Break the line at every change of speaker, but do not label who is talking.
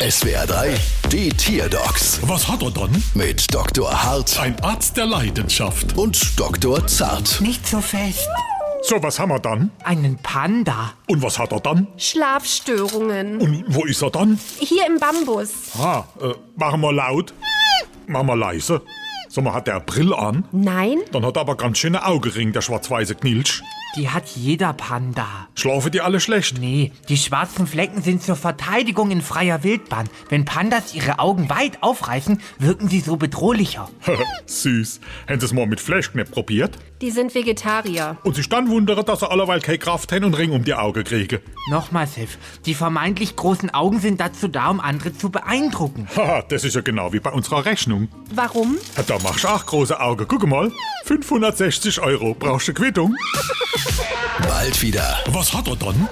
SWR 3, die Tierdocs
Was hat er dann?
mit Dr. Hart
Ein Arzt der Leidenschaft.
und Dr. Zart.
Nicht so fest.
So, was haben wir dann?
Einen Panda.
Und was hat er dann?
Schlafstörungen.
Und wo ist er dann?
Hier im Bambus.
Ah, äh, machen wir laut. Machen wir leise. Sag mal, hat der Brill an?
Nein?
Dann hat er aber ganz schöne Augenring, der schwarz-weiße Knilch.
Die hat jeder Panda.
Schlafen die alle schlecht?
Nee, die schwarzen Flecken sind zur Verteidigung in freier Wildbahn. Wenn Pandas ihre Augen weit aufreißen, wirken sie so bedrohlicher.
Süß. Hätten sie es mal mit Flashknepp probiert?
Die sind Vegetarier.
Und sich dann wundere, dass er alleweil keine Kraft hat und Ring um die Augen kriege.
Nochmal, Sif, die vermeintlich großen Augen sind dazu da, um andere zu beeindrucken.
Haha, das ist ja genau wie bei unserer Rechnung.
Warum?
Ja, Da machst du auch große Augen. Guck mal. 560 Euro. Brauchst du Quittung?
Bald wieder.
Was hat er dann?